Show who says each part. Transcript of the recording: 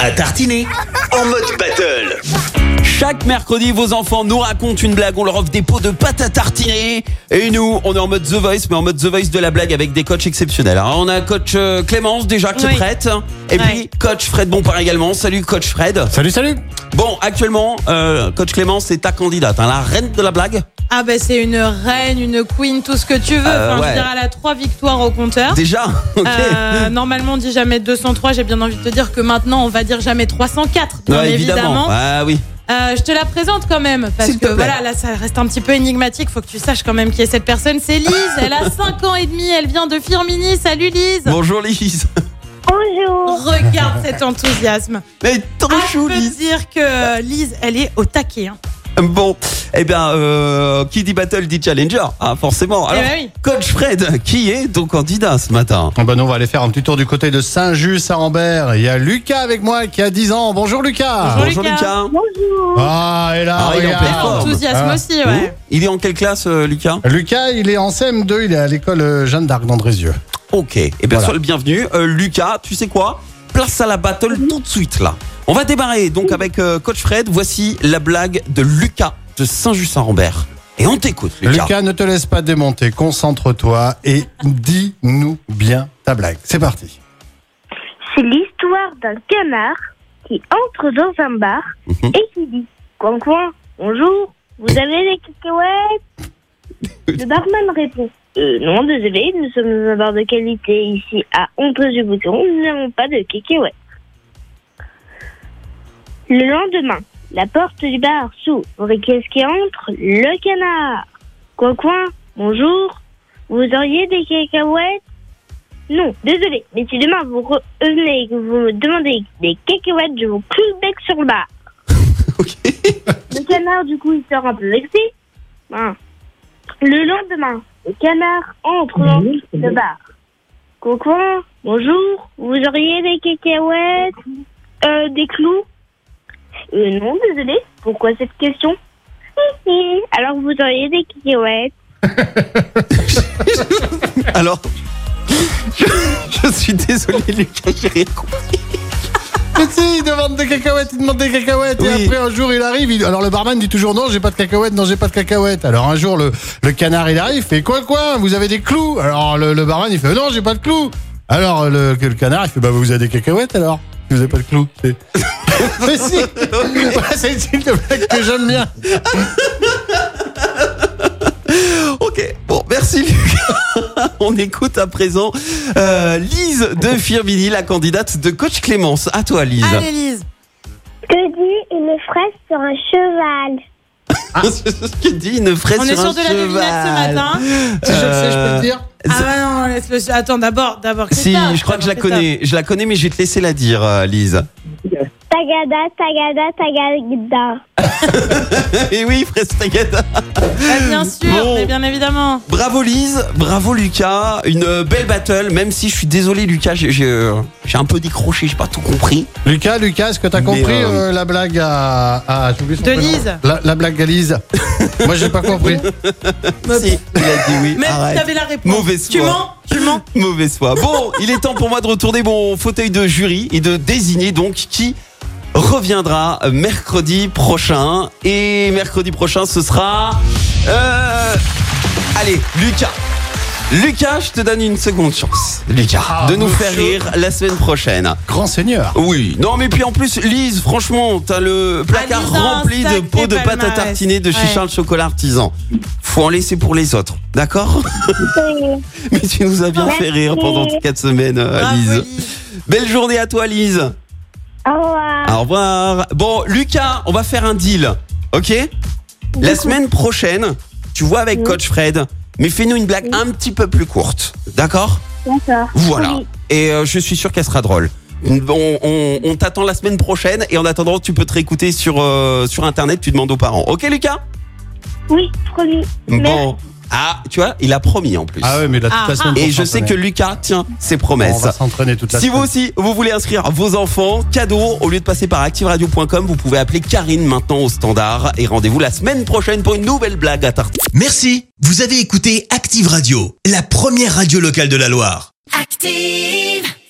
Speaker 1: à tartiner en mode battle.
Speaker 2: Chaque mercredi, vos enfants nous racontent une blague, on leur offre des pots de pâte à tartiner. Et nous, on est en mode The Voice, mais en mode The Voice de la blague avec des coachs exceptionnels. hein. On a coach euh, Clémence déjà qui est
Speaker 3: Oui.
Speaker 2: prête. Et puis coach Fred Bompard également. Salut coach Fred.
Speaker 4: Salut, salut
Speaker 2: Bon, actuellement, euh, coach Clémence, c'est ta candidate, hein, la reine de la blague.
Speaker 3: Ah ben c'est une reine, une queen, tout ce que tu veux.
Speaker 2: Euh,
Speaker 3: enfin,
Speaker 2: ouais.
Speaker 3: je veux dire, elle a trois victoires au compteur.
Speaker 2: Déjà, ok.
Speaker 3: Hein Euh, normalement, on dit jamais 203. J'ai bien envie de te dire que maintenant, on va dire jamais 304. Bien
Speaker 2: Ouais,
Speaker 3: évidemment.
Speaker 2: Ah oui.
Speaker 3: Euh, je te la présente quand même parce
Speaker 2: S'il te
Speaker 3: que
Speaker 2: plaît.
Speaker 3: voilà, là, ça reste un petit peu énigmatique. Faut que tu saches quand même qui est cette personne. C'est Lise. elle a 5 ans et demi. Elle vient de Firmini. Salut Lise.
Speaker 2: Bonjour Lise.
Speaker 3: Regarde cet enthousiasme.
Speaker 2: Mais trop
Speaker 3: Ah, je
Speaker 2: chou
Speaker 3: peux te
Speaker 2: Oh. Lise.
Speaker 3: dire que euh, Lise, elle est au taquet. hein.
Speaker 2: Bon, eh bien, euh, qui dit battle dit challenger, ah, forcément.
Speaker 3: Eh
Speaker 2: Alors,
Speaker 3: ben oui.
Speaker 2: coach Fred, qui est ton candidat ce matin
Speaker 4: Bon, ben, nous, on va aller faire un petit tour du côté de Saint-Just à Rambert. Il y a Lucas avec moi qui a 10 ans. Bonjour Lucas
Speaker 3: Bonjour, Oh, Lucas.
Speaker 4: Ah, et là,
Speaker 2: Ah, bah, il est en
Speaker 4: regarde.
Speaker 2: pleine forme.
Speaker 3: Enthousiasme
Speaker 4: Ah.
Speaker 3: aussi, ouais.
Speaker 2: Hein Il est en quelle classe, euh, Lucas
Speaker 4: Lucas, il est en CM2, il est à l'école euh, Jeanne d'Arc d'Andrézieux.
Speaker 2: Ok, et Eh bien
Speaker 4: Voilà.
Speaker 2: sois le bienvenu. Euh, Lucas, tu sais quoi Place à la battle tout de suite là. On va démarrer donc avec euh, Coach Fred. Voici la blague de Lucas de Saint-Just-Saint-Rambert. Et on t'écoute, Lucas.
Speaker 4: Lucas, ne te laisse pas démonter, concentre-toi et dis-nous bien ta blague. C'est parti.
Speaker 5: C'est l'histoire d'un canard qui entre dans un bar
Speaker 2: Mhm.
Speaker 5: et qui dit Coin, coin, bonjour, vous avez des cacahuètes Le barman répond euh, Non, désolé, nous sommes dans un bar de qualité ici à 11 du bouton, nous n'avons pas de cacahuètes. Le lendemain, la porte du bar s'ouvre et qu'est-ce qui entre Le canard Coin, coin, bonjour, vous auriez des cacahuètes non, désolé, mais si demain vous revenez et que vous me demandez des cacahuètes, je vous cloue le bec sur le bar.
Speaker 2: Ok.
Speaker 5: Le canard, du coup, il sort un peu vexé. Hein. Le lendemain, le canard entre dans le bar. Coucou, bonjour, vous auriez des cacahuètes euh, Des clous euh, Non, désolé, pourquoi cette question Hi, hi, Alors vous auriez des cacahuètes
Speaker 2: Alors, je, je suis désolé, Lucas, j'ai rien compris.
Speaker 4: Mais si, il demande des cacahuètes, il demande des cacahuètes.
Speaker 2: Oui.
Speaker 4: Et après, un jour, il arrive. il- Alors, le barman dit toujours non, j'ai pas de cacahuètes, non, j'ai pas de cacahuètes. Alors, un jour, le, le canard, il arrive, fait quoi, quoi, vous avez des clous. Alors, le, le barman, il fait non, j'ai pas de clous. Alors, le, le canard, il fait bah, vous avez des cacahuètes alors si Vous avez pas de clous. C'est- Mais si Voilà, C'est une style de blague que j'aime bien.
Speaker 2: Ok, bon, merci Lucas. On écoute à présent euh, Lise de Firmini, la candidate de Coach Clémence. À toi, Lise.
Speaker 3: Allez Lise.
Speaker 5: Que dit une fraise sur un cheval
Speaker 2: C'est ce que dit une fraise
Speaker 3: On est
Speaker 2: sur
Speaker 3: sur
Speaker 2: un
Speaker 3: de la devinette ce
Speaker 2: cheval. Euh,
Speaker 3: matin.
Speaker 4: Si je le sais, je peux te dire.
Speaker 3: Ah bah non, laisse-le. Attends, d'abord, d'abord.
Speaker 2: Si,
Speaker 3: Christophe,
Speaker 2: je crois que je la
Speaker 3: d'abord,
Speaker 2: connais. Je la connais, mais je vais te laisser la dire, euh, Lise.
Speaker 5: Tagada, tagada, tagada.
Speaker 2: Et Eh oui, Fraise Tagada.
Speaker 3: Christophe. Ah, bien sûr,
Speaker 2: Bon.
Speaker 3: mais bien évidemment.
Speaker 2: Bravo Lise, bravo Lucas. Une belle battle, même si je suis désolé, Lucas, j'ai- j'ai euh, j'ai un peu décroché, j'ai pas tout compris.
Speaker 4: Euh, Lucas, Lucas, est-ce que t'as
Speaker 2: Mais,
Speaker 4: compris
Speaker 2: euh,
Speaker 4: euh, la blague à. à j'ai oublié son
Speaker 3: De
Speaker 4: prénom.
Speaker 3: Lise.
Speaker 4: La, la blague à Lise. Moi, j'ai pas compris.
Speaker 2: Si, il a dit oui.
Speaker 3: Même si
Speaker 2: arrête.
Speaker 3: t'avais la réponse.
Speaker 2: Mauvais
Speaker 3: tu
Speaker 2: choix.
Speaker 3: mens, tu mens.
Speaker 2: Mauvais foi. Bon, il est temps pour moi de retourner mon fauteuil de jury et de désigner donc qui reviendra mercredi prochain. Et mercredi prochain, ce sera... euh, Allez, Lucas. Lucas, je te donne une seconde chance, Lucas,
Speaker 4: Ah,
Speaker 2: de nous
Speaker 4: monsieur.
Speaker 2: faire rire la semaine prochaine.
Speaker 4: Grand Seigneur.
Speaker 2: Oui. Non, mais puis en plus, Lise, franchement, t'as le placard
Speaker 3: Ah, Lise, un
Speaker 2: rempli de
Speaker 3: sacré
Speaker 2: pots de pâte à
Speaker 3: palmarès.
Speaker 2: tartiner de chez
Speaker 3: Ouais.
Speaker 2: Charles Chocolat Artisan. Faut en laisser pour les autres, d'accord Mais tu nous as bien fait rire pendant
Speaker 5: Merci.
Speaker 2: quatre semaines, euh,
Speaker 3: Bravo,
Speaker 2: Lise.
Speaker 3: Lise.
Speaker 2: Belle journée à toi, Lise.
Speaker 5: Au revoir.
Speaker 2: Au revoir. Bon, Lucas, on va faire un deal, ok La semaine prochaine, tu vois avec
Speaker 5: Oui.
Speaker 2: Coach Fred, mais fais-nous une blague un petit peu plus courte, d'accord
Speaker 5: D'accord.
Speaker 2: Voilà.
Speaker 5: Oui.
Speaker 2: Et euh, je suis sûr qu'elle sera drôle. Bon, on, on t'attend la semaine prochaine et en attendant, tu peux te réécouter sur, euh, sur Internet, tu demandes aux parents. Ok Lucas
Speaker 5: Oui, promis. Merci.
Speaker 2: Bon, Ah, tu vois, il a promis en plus.
Speaker 4: Ah ouais, mais là, toute
Speaker 3: Ah,
Speaker 4: la semaine.
Speaker 2: Et
Speaker 4: pour
Speaker 2: je sais que
Speaker 4: s'entraîner.
Speaker 2: Lucas tient ses
Speaker 4: On
Speaker 2: promesses.
Speaker 4: va s'entraîner toute la
Speaker 2: Si vous
Speaker 4: semaine.
Speaker 2: aussi, vous voulez inscrire vos enfants, cadeau, au lieu de passer par activeradio.com, vous pouvez appeler Karine maintenant au standard et rendez-vous la semaine prochaine pour une nouvelle blague à tartiner.
Speaker 1: Merci. Vous avez écouté Active Radio, la première radio locale de la Loire.
Speaker 6: Active!